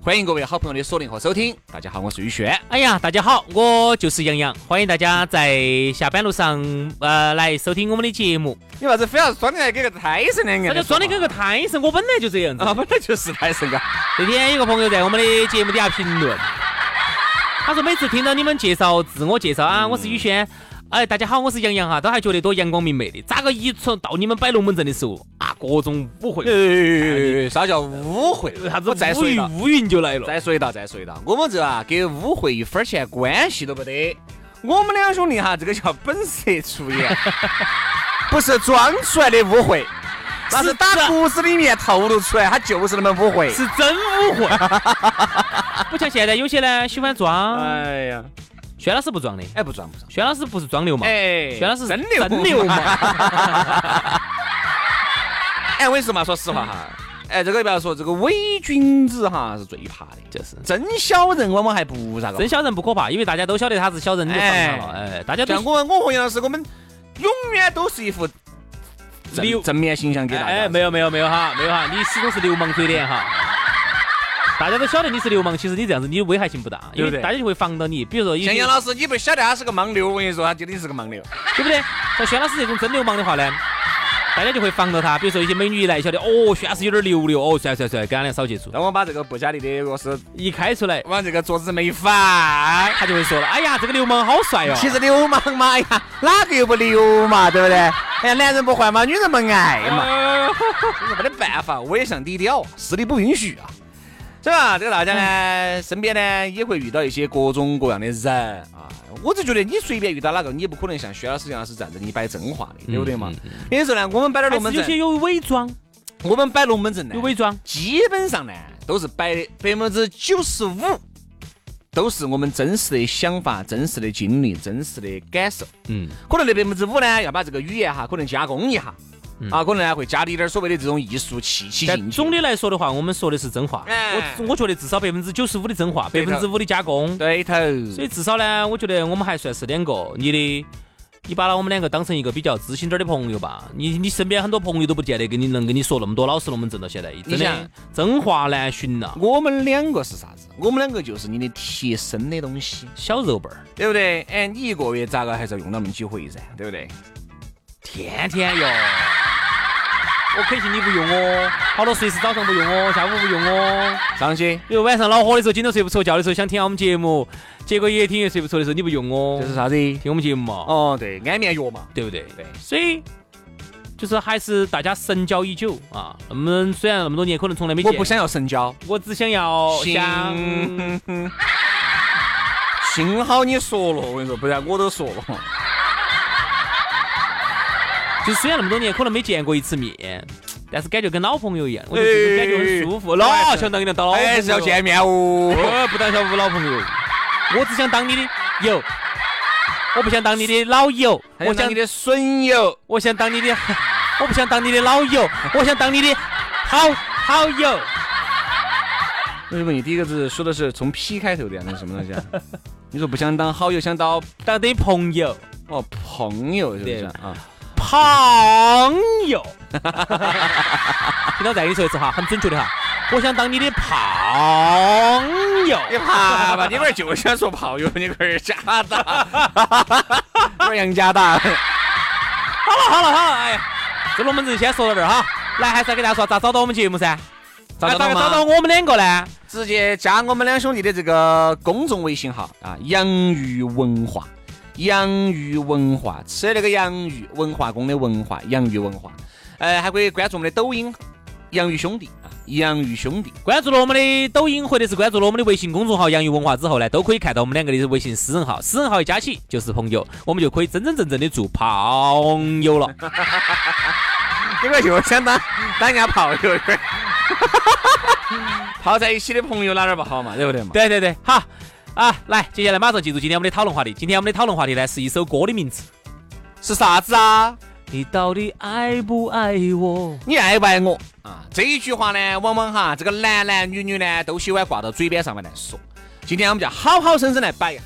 欢迎各位好朋友的锁定和收听。大家好，我是宇轩。哎呀，大家好，我就是杨洋，欢迎大家在下班路上呃来收听我们的节目。你为啥子非要装的来给个胎神两个人大家的说装话？的跟个胎神，我本来就这样子。啊，本来就是胎神啊。那哦天有个朋友在我们的节目底下评论，他说每次听到你们介绍自我介绍啊，我是宇轩，哎，大家好，我是杨洋哈，都还觉得多阳光明媚的，咋个一说到你们摆龙门阵的时候啊，各种误会，呃，啥叫误会？啥子我再乌说一云道，乌云就来了。再说一道，再说一道。我们这啊，跟误会一分儿钱关系都不得。我们两兄弟哈，这个叫本色出 演，不是装出来的误会，那是是打真骨子里面透露出来，他就是那么误会。是真误会， 不像现在有些呢喜欢装，哎呀，轩老师不装的，哎，不装不装。轩老师不是装流氓。哎，薛老师真牛，真流氓。 哎，我跟你说嘛，说实话哈，哎，这个不要说，这个伪君子哈是最怕的，就是真小人往往还不咋个。真小人不可怕，因为大家都晓得他是小人，你就防他了。哎哎，大家都像我我和杨老师，我们永远都是一副流正正面形象给大家。哎，没有没有没有哈，没有哈，你始终是流氓嘴脸哈。 大家都晓得你是流氓，其实你这样子你危害性不大，因对不对为大家就会防到你。比如说有些，像杨老师，你不晓得他是个盲流，我跟你说，他绝对是个盲流。对不对？像轩老师这种真流氓的话呢，大家就会防到他。比如说有些美女一来晓得，哦，轩老师有点流流，哦，算算算，跟他俩少接触。让我把这个不加力的钥匙一开出来，往这个桌子没放。他就会说了，哎呀，这个流氓好帅哦。其实流氓嘛，哎呀，哪个又不流嘛，对不对？哎呀，男人不坏嘛，女人不爱嘛，没得办法，我也想低调，实力不允许啊。是吧？这个大家呢，身边呢也会遇到一些各种各样的人啊。我就觉得你随便遇到哪个，你也不可能像薛老师一样是站着你摆真话的，对不对嘛？有的时候呢，我们摆点还龙门是有些阵，有伪装，我们摆龙门阵呢有，伪装。基本上呢都是摆百分之九十五，都是我们真实的想法、真实的经历、真实的感受。嗯，可能那百分之五呢，要把这个语言哈，可能加工一下，啊，可能呢会加点点所谓的这种艺术气息嗯但进去。总的来说的话，我们说的是真话。哎我我觉得至少百分之九十五的真话，对百头分之五的加工。对头，所以至少呢，我觉得我们还算是两个你的。你把我们两个当成一个比较知心点儿的朋友吧，你你身边很多朋友都不见得跟你能跟你说那么多老实龙门阵到现在，真想的真话难寻呐，我们两个是啥子？我们两个就是你的贴身的东西，小肉辈儿，对不对？哎，你一个月咋个还是要用到那么几回噻，对不对？天天 用。我肯定你不用哦，好多随时早上不用哦，下午不用哦，上去比如晚上恼火的时候，今天睡不着觉的时候，想听下我们节目，结果越听越睡不着的时候，你不用哦，这是啥子？听我们节目嘛。哦，对，安眠药嘛。对不对？对所以就是还是大家深交已久啊。那么虽然那么多年可能从来没我见，不，想要深交。我只想要想，幸 幸好你说了，我跟你说，不然我都说了。就虽然那么多年可能没见过一次面，但是感觉跟老朋友一样，我就这种感觉很舒服。哎老想当你的当老朋友哎还是要哎见，面哦。我不当小五老朋友，我只想当你的友，我不想当你的老友，还我有当想你的损友，我想当你的， 我不想当你的老友，我想当你的好好友。为什么你第一个字说的是从 P 开头的呀？那是什么东西 啊？你说不想当好友，想当当你朋友，哦朋友是不是啊？朋 友，听到再给你说一次哈，很准确的哈。我想当你的朋友，你怕哎吧？你龟儿就想说炮友，你龟儿假 的，我是杨家大。好了好了好了，哎呀，这龙门阵先说到这儿哈。来，还是要给大家说咋找到我们节目噻？咋找到哎嘛找到我们两个呢？直接加我们两兄弟的这个公众微信号啊，洋芋文化，洋芋文化，哎吃那个洋芋，文化宫的文化，洋芋文化。呃，还可以关注我们的抖音。洋芋兄弟啊，洋芋兄弟。关注了我们的抖音或者是关注了我们的微信公众号“洋芋文化”之后呢，都可以看到我们两个的微信私人号，私人号一加起就是朋友，我们就可以真真正正的做朋友了。这个又想当当人家炮友，有点儿 泡在一起的朋友哪点儿不好嘛，对不对嘛？对对对，好啊，来，接下来马上进入今天我们的讨论话题。今天我们的讨论话题呢是一首歌的名字，是啥子啊？你到底爱不爱我？你爱不爱我啊？这一句话呢，往往哈，这个男男女女呢，都喜欢挂到嘴边上面来说。今天我们就好好生生来摆一下。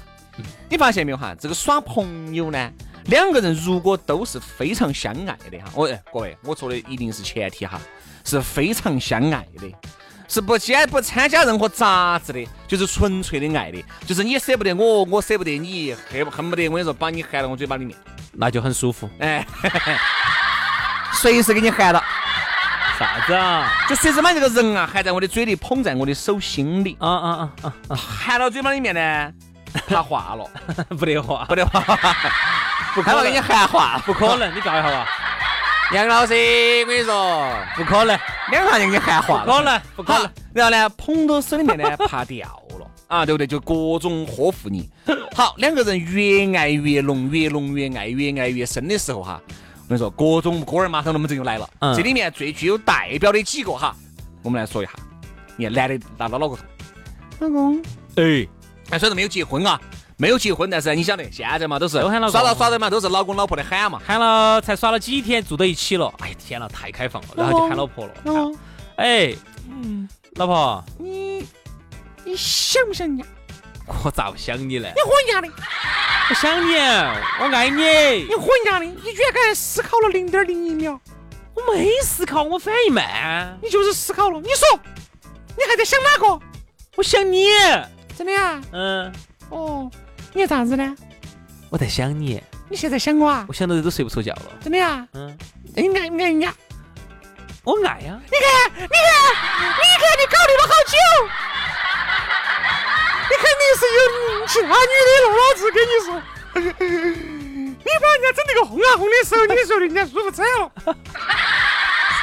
你发现没有哈？这个耍朋友呢，两个人如果都是非常相爱的哈，我哎各位，我说的一定是前提哈，是非常相爱的，是不兼不参加任何杂质的，就是纯粹的爱的，就是你舍不得我，我舍不得你，恨恨不得我跟你说把你含到我嘴巴里面，那就很舒服。哎， 随时给你含到。啥子啊？ 就随时把这个人啊含在我的嘴里，捧在我的手心里，啊啊啊含到嘴巴里面呢，怕化了，啊！不得话，不得话， 不害怕给你含化。不可能，你告一下吧。 杨老师，我跟你 说，不可能，两下就给你含不化可了。能，不可好能。，然后呢，捧到手里面呢，怕掉了啊，对不对？就各种呵护 你。好，两个人越爱越浓，越浓越爱，越爱越深的时候哈，我跟你说，各种锅儿马桶龙门阵就来了。嗯这里面最具有代表的几个哈，我们来说一下。你看，男的拿到脑壳头，老公。哎，哎，虽然没有结婚啊，没有结婚，但是你晓得现在嘛都是都喊老公耍到耍到嘛都是老公老婆的喊嘛。喊了才耍了几天，住到一起了。哎呀天呐，太开放了，然后就喊老婆了。哎，老婆，你你想不想人家？我咋不想你呢？你火人家的，我想你，哎我爱你你。火人家的，你居然刚才思考了零点零一秒，我没思考，我反应慢。你就是思考了。你说你还在想哪个？我想你，真的啊？嗯，哦，你咋子呢？我在想你，你现在想我啊？我想到都睡不着觉了。真的啊？嗯，你爱不爱人家？我爱呀、你看你搞虑了好久，你肯定是有其他女的了，老子跟你说。你把人家整那个红啊红的时候，你说人家舒服惨了。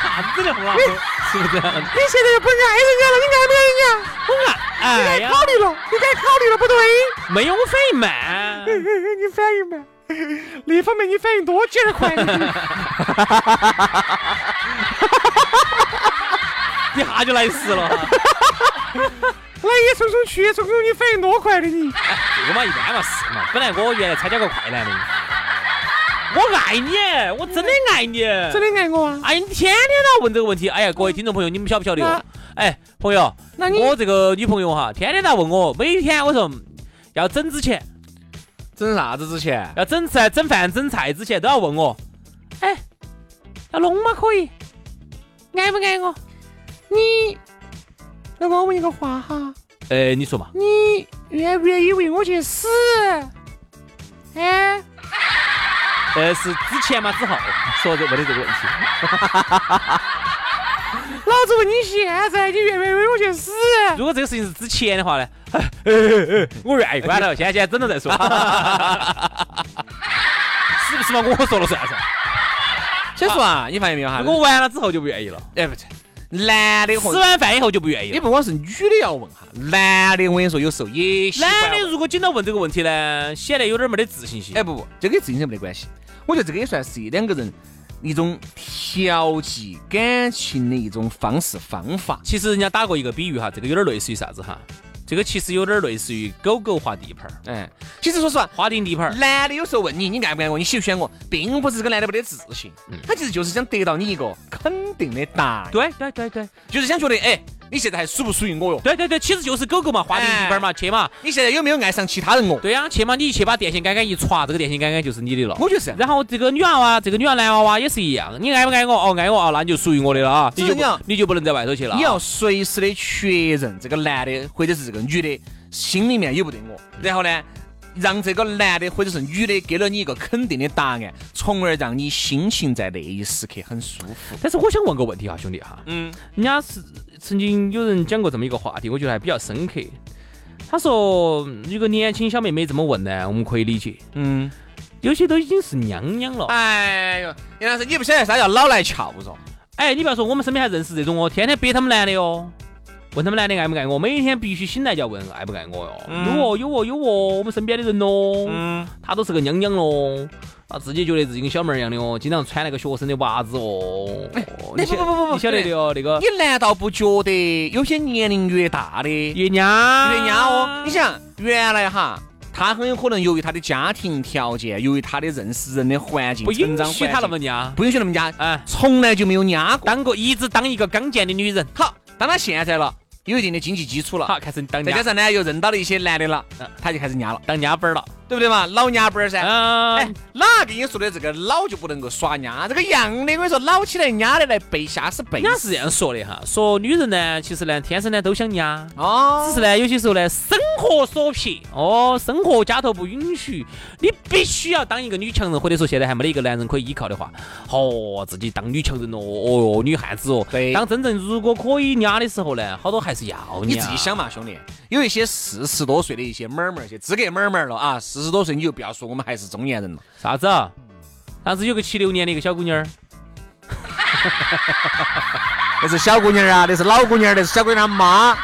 啥子的话，是不是？你现在又不爱人家了，你爱不爱人家？我爱，哎呀，考虑了，你该考虑了，不对。没有，我反应慢。 你反应慢，那方面你反应多，接着快点。一下就来事 了。来也匆匆，去也匆匆，你反应多快的你。哎这个嘛，一般嘛是嘛。本来我原来参加过快男的，我爱你，我真的爱你，真真的爱我啊？哎，你天天都要问这个问题。哎呀，各位听众朋友，你们晓不晓得哟？哎，朋友，那你我这个女朋友哈，天天都要问我，每天我说要整之前，整啥子之前？要整菜、整饭、整菜之前都要问我，哎，要弄吗？可以，爱不爱我？你，老公，我问你个话哈。哎，你说嘛，你愿不愿意为我去死？哎，呃，是之前嘛，之后说这没得这个问题。老子问你现在，你愿不愿意为我去死？如果这个事情是之前的话呢， 哎哎哎我愿意管了，现在先整了再说， 是不是嘛？我说了算噻。先说啊，你发现没有哈？我完了之后就不愿意了，哎不是，男的和吃完饭以后就不愿意你了。不光是女的要问哈，男的我跟你说，有时候也喜欢男的问如果经常问这个问题呢，显得有点没得自信心。哎不不，这跟自己人没得关系。我觉得这个也算是两个人一种调剂感情的一种方式方法。其实人家打过一个比喻哈，这个有点类似于啥子哈？这个其实有点类似于狗狗划地盘儿，哎，其实说实话，划定地盘儿。男的有时候问你你爱不爱我，你喜不喜欢我，并不是这个男的没得自信，嗯他其实就是想得到你一个肯定的答案，对对对对就是想觉得哎，你现在还属不属于我哟？对对对，其实就是狗狗嘛，划定地盘儿嘛，去嘛。你现在有没有爱上其他人哦？对呀、去嘛，你去把电线杆杆一歘，这个电线杆杆就是你的了。我觉得是啊这样。 然后这个女娃娃，这个女娃男娃娃也是一样，你爱不爱我？哦，爱我啊，那你就属于我的了啊，你是就这样不你就不能在外头去了啊。你要随时的确认这个男的或者是这个女的心里面有没得我，然后呢，让这个男的或者是女的给了你一个肯定的答案，从而让你心情在那一时刻很舒服。但是我想问个问题哈，啊兄弟哈，嗯，人家是曾经有人讲过这么一个话题，我觉得还比较深刻。他说，一个年轻小妹妹这么问呢，我们可以理解。嗯，有些都已经是娘娘了，啊哎呦，杨老师，你不晓得啥叫老来俏嗦？哎，你不要说，我们身边还认识这种哦，天天憋他们男的哟，问他们男的爱不爱我，每天必须醒来就要问爱不爱我哟。有哦，有哦，有哦，我们身边的人哦，嗯，他都是个娘娘咯，啊，自己觉得自己跟小妹儿一样的哦，经常穿那个学生的袜子哦。那你晓不不不不你晓得的哦，那个你难道不觉得有些年龄越大的越月娘，家啊哦？你想原来哈，他很有可能由于他的家庭条件，由于他的认识人的环境，不成允长许环他那境么娘，不允许他们家，哎，从来就没有压过。当个一直当一个刚健的女人，好，当他现在了，有一定的经济基础了，好，开始当再加娘上呢又认到了一些男的了嗯，他就开始压了，当娘本儿了，对不对嘛？老娘本儿噻。哎嗯，，哪跟你说的这个老就不能够耍丫？这个样的，我跟你说，老起来丫的来背瞎是背人家是这样说的哈，说女人呢，其实呢，天生呢都想娘。哦，只是呢，有些时候呢，生活所迫，哦，生活家头不允许，你必须要当一个女强人，或者说现在还没得一个男人可以依靠的话，哦，自己当女强人哦，哦哟，女汉子哦对，当真正如果可以娘的时候呢，好多还是要啊你自己想嘛，兄弟，有一些四十多岁的一些妹儿妹儿，些资格妹儿妹儿了啊，四十多岁你就不要说我们还是中年人了。啥子啊？上次有个七六年的一个小姑娘儿，嗯那是小姑娘啊，那是老姑娘，那是小姑娘妈。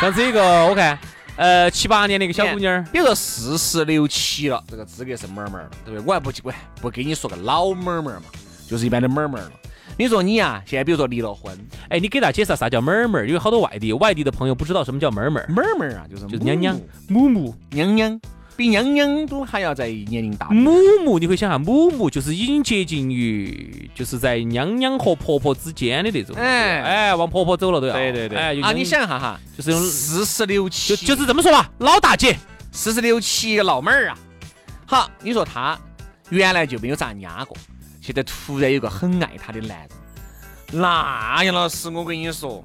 上次有一个我看，呃，七八年的一个小姑娘儿，比如说四十六七了，这个资格是妹儿妹儿了，对不对？我还不我不跟你说个老妹儿妹儿嘛，就是一般的妹儿妹儿了。你说你呀、现在比如说离了婚，哎，你给大家介绍啥叫妹儿妹儿？因为好多外地外地的朋友不知道什么叫妹儿妹儿，妹儿妹儿啊，就是就是母娘娘、母母、娘娘，比娘娘都还要再年龄大。母母，你会想下，啊母母就是已经接近于，就是在娘娘和婆婆之间的那种，哎哎，往婆婆走了都要，对对对，哎，就啊，娘你，想哈哈，就是那种四十六七，就就是这么说吧，老大姐，四十六七个老妹儿啊。好，你说她原来就没有咋压过，现在突然有个很爱她的男人，那杨老师，我跟你说，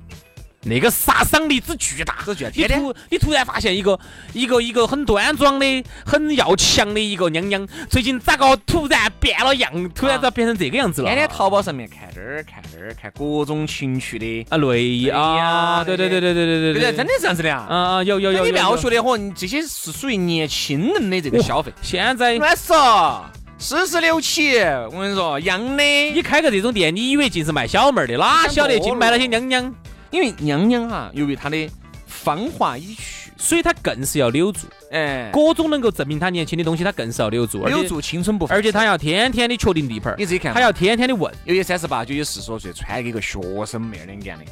那个杀伤力之巨大，这就你天天突你突然发现一个一个一个很端庄的、很要强的一个娘娘，最近咋个突然变了样，突然咋变成这个样子了？啊天天淘宝上面看这儿看那儿看各种情趣的，啊，累哎啊，呀对对对对对对对对不对对？真的是这样子的啊。啊啊，有有有，你不要有觉得嚯，你这些是属于年轻人的这个消费。现在乱哎说，四十六七，我跟你说，样的，你开个这种店，你以为尽是卖小妹儿的，哪晓得净卖那些娘娘，因为娘娘哈，由于她的芳华已去，所以她更是要留住，哎，各种能够证明她年轻的东西，她更是要留住，而且留，住青春不而且她她，要天天的确定地盘儿你，自己看嘛，啊她要天天的问，有些三十八九、有四十多岁，穿给个学生妹儿的样的。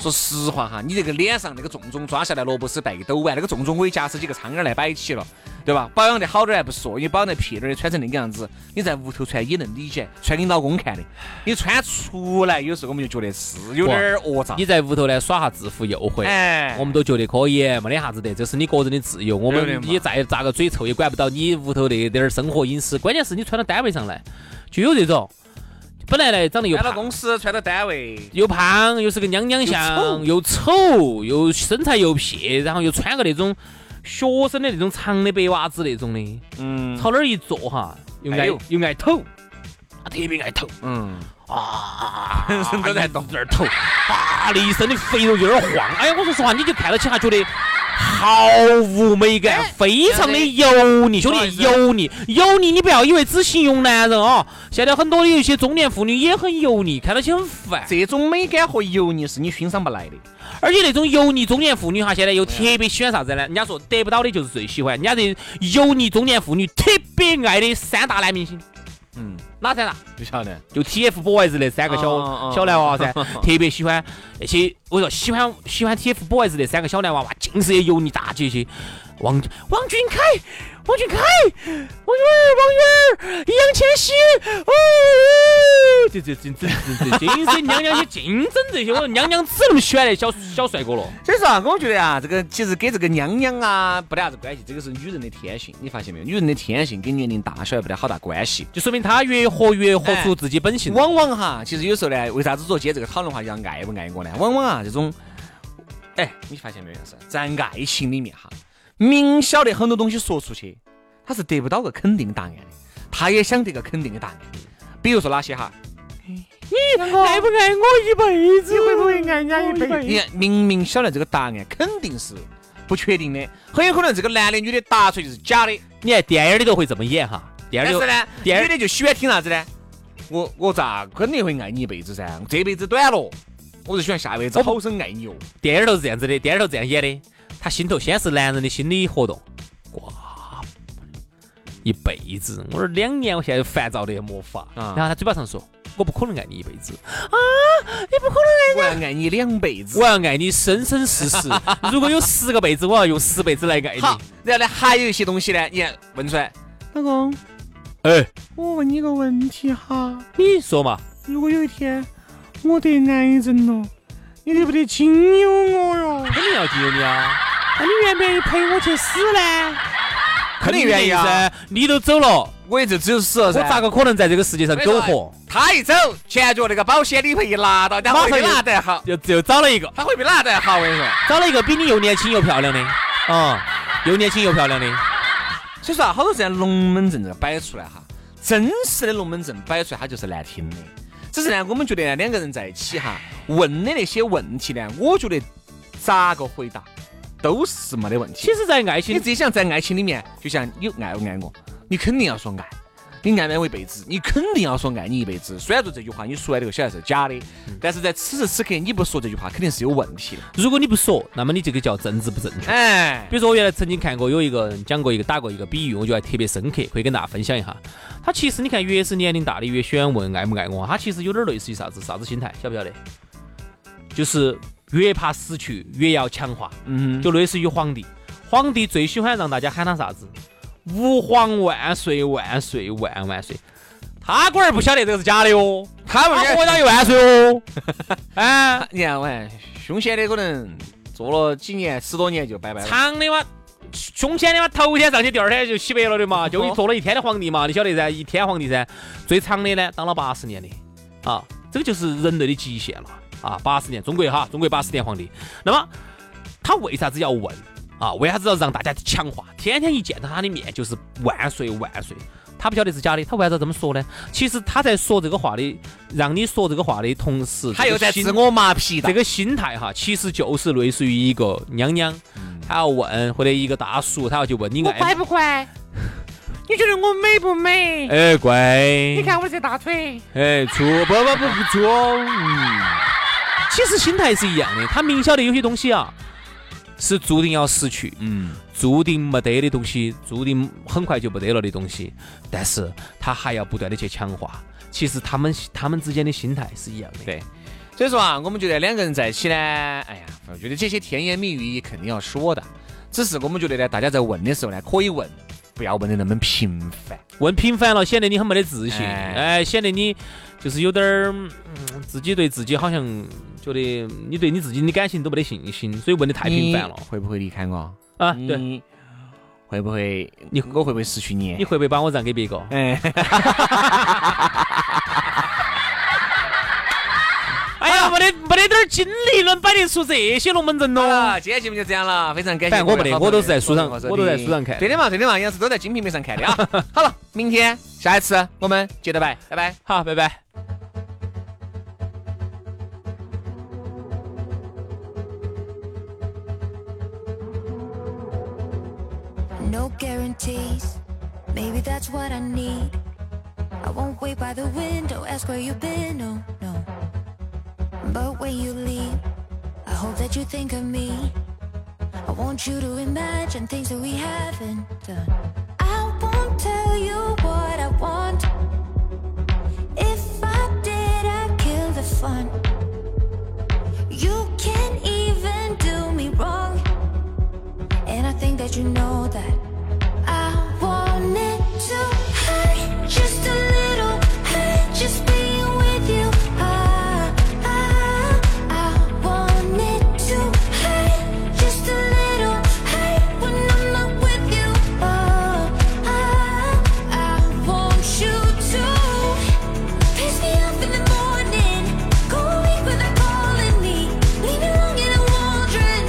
说实话哈，你这个脸上那个重重抓下来，萝卜丝带个斗碗，那个重重我也夹死几个苍蝇儿来摆起了，对吧？保养得好点儿还不说，你保养得撇点儿的穿成那个样子，你在屋头穿也能理解，穿给你老公看的。你穿出来，有时候我们就觉得是有点儿恶兆。你在屋头呢耍下制服诱惑。哎，我们都觉得可以，没得啥子的，这是你个人的自由。我对们的嘛也再咋个嘴臭，也管不到你屋头那点儿生活饮食。关键是你穿到单位上来，就有这种，本来呢长得又来到胖，公司，穿到单位，又胖，又是个娘娘相，又丑，又身材又撇，然后又穿个那种学生的那种长的白袜子那种的，嗯，朝那儿一坐哈，又哎爱呦又爱抖，啊特别爱抖嗯，啊， 浑身都在动在那儿抖，啊，那一身的肥肉就在那儿晃。哎呀，我说实话，你就看到起哈，觉得。毫无美感，非常的油腻，兄哎不好意弟，思油腻，油腻！你不要以为只形容男人哦，现在很多的有些中年妇女也很油腻，看到起很烦。这种美感和油腻是你欣赏不来的。而且那种油腻中年妇女哈，现在又特别喜欢啥子呢？人家说得不到的就是最喜欢，人家这油腻中年妇女特别爱的三大男明星，嗯，哪三大？不晓得。就 TFBOYS 那三个小、哦哦小男娃 娃噻，特别喜欢那些，我说喜欢喜欢 TFBOYS 那三个小男娃娃，尽是些油腻大姐姐，王王俊凯、王俊凯、王源、王源、易烊千玺，哦，这这这这这这，尽是娘娘些竞争这些，我说娘娘只那么喜欢那小小帅哥了。所以说啊，我觉得啊，这个其实跟这个娘娘啊不得啥子关系，这个是女人的天性，你发现没有？女人的天性跟年龄大小也不得好大关系。就说明他越活越活出自己本性。往往哈，其实有时候呢，为啥子说今天这个讨论话题上爱不爱我呢？往往啊，这种，哎，你发现没有？是在爱情里面哈，明晓得很多东西说出去，他是得不到个肯定答案的，他也想得个肯定的答案。比如说哪些哈？爱不爱我一辈子？你会不会爱人家一辈你？看，明明晓得这个答案肯定是不确定的，很有可能这个男的女的答出来就是假的。哎你看电影里头会这么演哈，电但影哎是里头呢，第二女的就喜欢听啥子呢？我我咋肯定会爱你一辈子噻？这辈子短了，我就喜欢下辈子好生爱你哦。电影儿都是这样子的，电影儿都这样演的。他心头先是男人的心理活动，哇，一辈子，我说两年，我现在烦躁的没法。啊然后他嘴巴上说，我不可能爱你一辈子啊，你不可能我要爱你两辈子爱，我。要爱你生生 世世。如果有十个辈子，我要用十辈子来爱你。好，然后呢，还有一些东西呢，你看问出来，老公，哎，我问你个问题哈，你说嘛，如果有一天我得癌症了，你得不得经有我哟？肯定要记住你啊。 那你愿不愿意陪我去死呢？肯定愿意啊！噻，你都走了，我也就只有死了我噻。咋个可能在这个世界上苟活？他一走，全脚那个保险理赔一拿到，然后马上被就拿得好，就就找了一个，他会被拿得好，我跟你说。找了一个比你又年轻又漂亮的，啊、又年轻又漂亮的。所以说啊，好多时间龙门阵这摆出来哈，真实的龙门阵摆出来，它就是难听的。只是呢，我们觉得呢，两个人在一起哈，问的那些问题呢，我觉得咋个回答都是没得问题其。实，在爱你情自己想在爱情里面，就像你爱不爱我，你肯定要说爱。你爱不爱我一辈子，你肯定要说爱你一辈子。虽然说这句话你说完这个小孩是假的，嗯但是在此时此刻你不说这句话肯定是有问题的。如果你不说，那么你这个叫政治不正确。哎比，如说，我原来曾经看过有一个人讲过一个打过一个比喻，我觉得还特别深刻，可以跟大家分享一下。他其实你看，越是年龄大的，越喜欢问爱不爱我。他其实有点类似于啥子啥子心态，晓不晓得？就是越怕失去，越要强化，嗯，就类似于皇帝。皇帝最喜欢让大家喊他啥子？吾皇万岁万岁万万岁！他龟儿不晓得这个是假的哟，他他们活到一万岁 哦。哎，你看，喂，凶险的可能做了几年、十多年就拜拜了。长的嘛，胸前的嘛，头天上去，第二天就洗白了的哦嘛，就做了一天的皇帝嘛，你晓得噻，一天皇帝噻，最长的呢当了八十年的，啊，这个就是人类的极限了啊，八十年，中国哈，中国八十年皇帝，那么他为啥子要问啊？为啥子要让大家强化？天天一见到他的面就是万岁万岁。他不晓得是假的，他为啥子要这么说呢？其实他在说这个话的，让你说这个话的同时，他又在这个心自我麻痹这的。个心态哈，其实就是类似于一个娘娘，她要问或者一个大叔，他要去问你爱不不乖？你觉得我美不美？哎乖，你看我这大腿，哎出不不不不出，嗯，其实心态是一样的，他明晓得有些东西啊是注定要失去，嗯，注定没得的东西，注定很快就没得了的东西，但是他还要不断的去强化。其实他们他们之间的心态是一样的，对所以说啊，我们觉得两个人在一起呢，哎呀，我觉得这些甜言蜜语也肯定要说的，只是我们觉得呢，大家在问的时候呢，可以问，不要问的那么频繁。问频繁了，显得你很没得自信，哎哎，显得你就是有点儿、嗯自己对自己好像觉得你对你自己的感情都没得信心，所以问的太频繁了你会不会离开我？啊。对，你嗯会不会你我会不会失去你？你会不会把我让给别个？ 哎，哎呀，没得没得点儿精力能摆得出这些龙门阵好咯。了，今天节目就这样了，非常感谢反各正位好我朋没友的收听。得我都是在书上和收我都在听书上看对的嘛，对的嘛，杨是都在金瓶梅上看的 啊。好了，明天下一次我们接着拜，拜拜。好，拜拜。 No guarantees, maybe that's what I need. I won't wait by the window, ask where you've been, oh no. But when you leave, I hope that you think of me. I want you to imagine things that we haven't done. I won't tell you what I want. If I did, I'd kill the fun. You can't even do me wrong. And I think that you know that I want it to hurt just a little, hurt just being with you. I, I, I want it to hurt just a little, hurt when I'm not with you. Oh, I, I want you to piss me off in the morning, go away without calling me, leave me long in a wandering,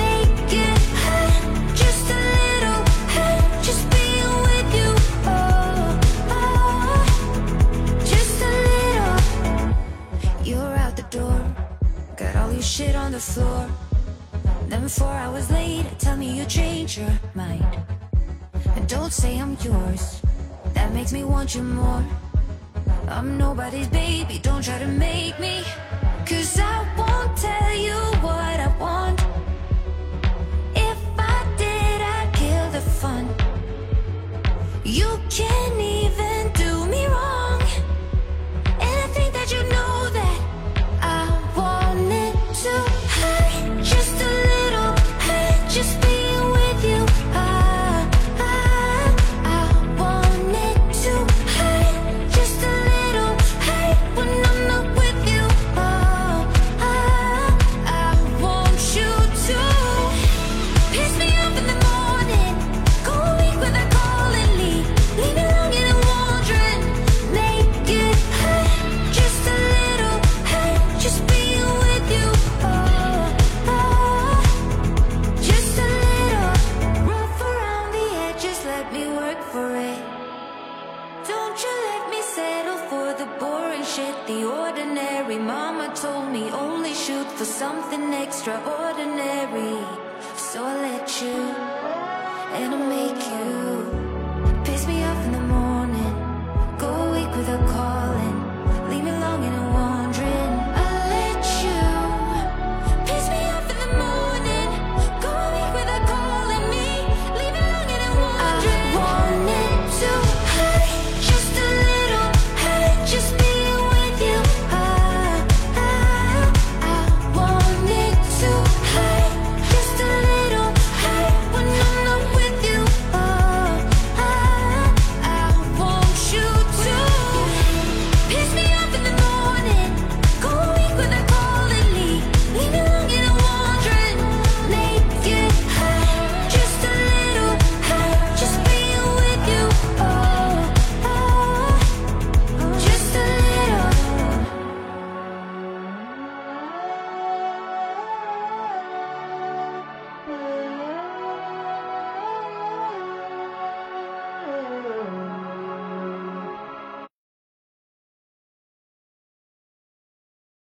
make it hurt just a little, hurt just being with you. Oh, oh, just a little. You're out the door, got all your shit on the floor. Then four hours later, tell me you changed your mind. And don't say I'm yours, that makes me want you more. I'm nobody's baby, don't try to make me. Cause I won't tell you what I want. If I did, I'd kill the fun. You can't even do me wrong. And I think that you know that I want it to hurt just a little, hurt just being with you. I, I, I want it to hurt just a little, hurt when I'm not with you. Oh, I, I want you to piss me off in the morning, go a week without calling me, leave me longing and wondering, make it hurt just a little, hurt just being with you. Oh, oh. Just a little rough around the edges, let me work for it. Don't you let me settle for the boring shit. The ordinary mama told me only shoot for something extraordinary. So I let you, and I'll make you piss me off in the morning. Go a week without calling. Ah, Oh, Oh,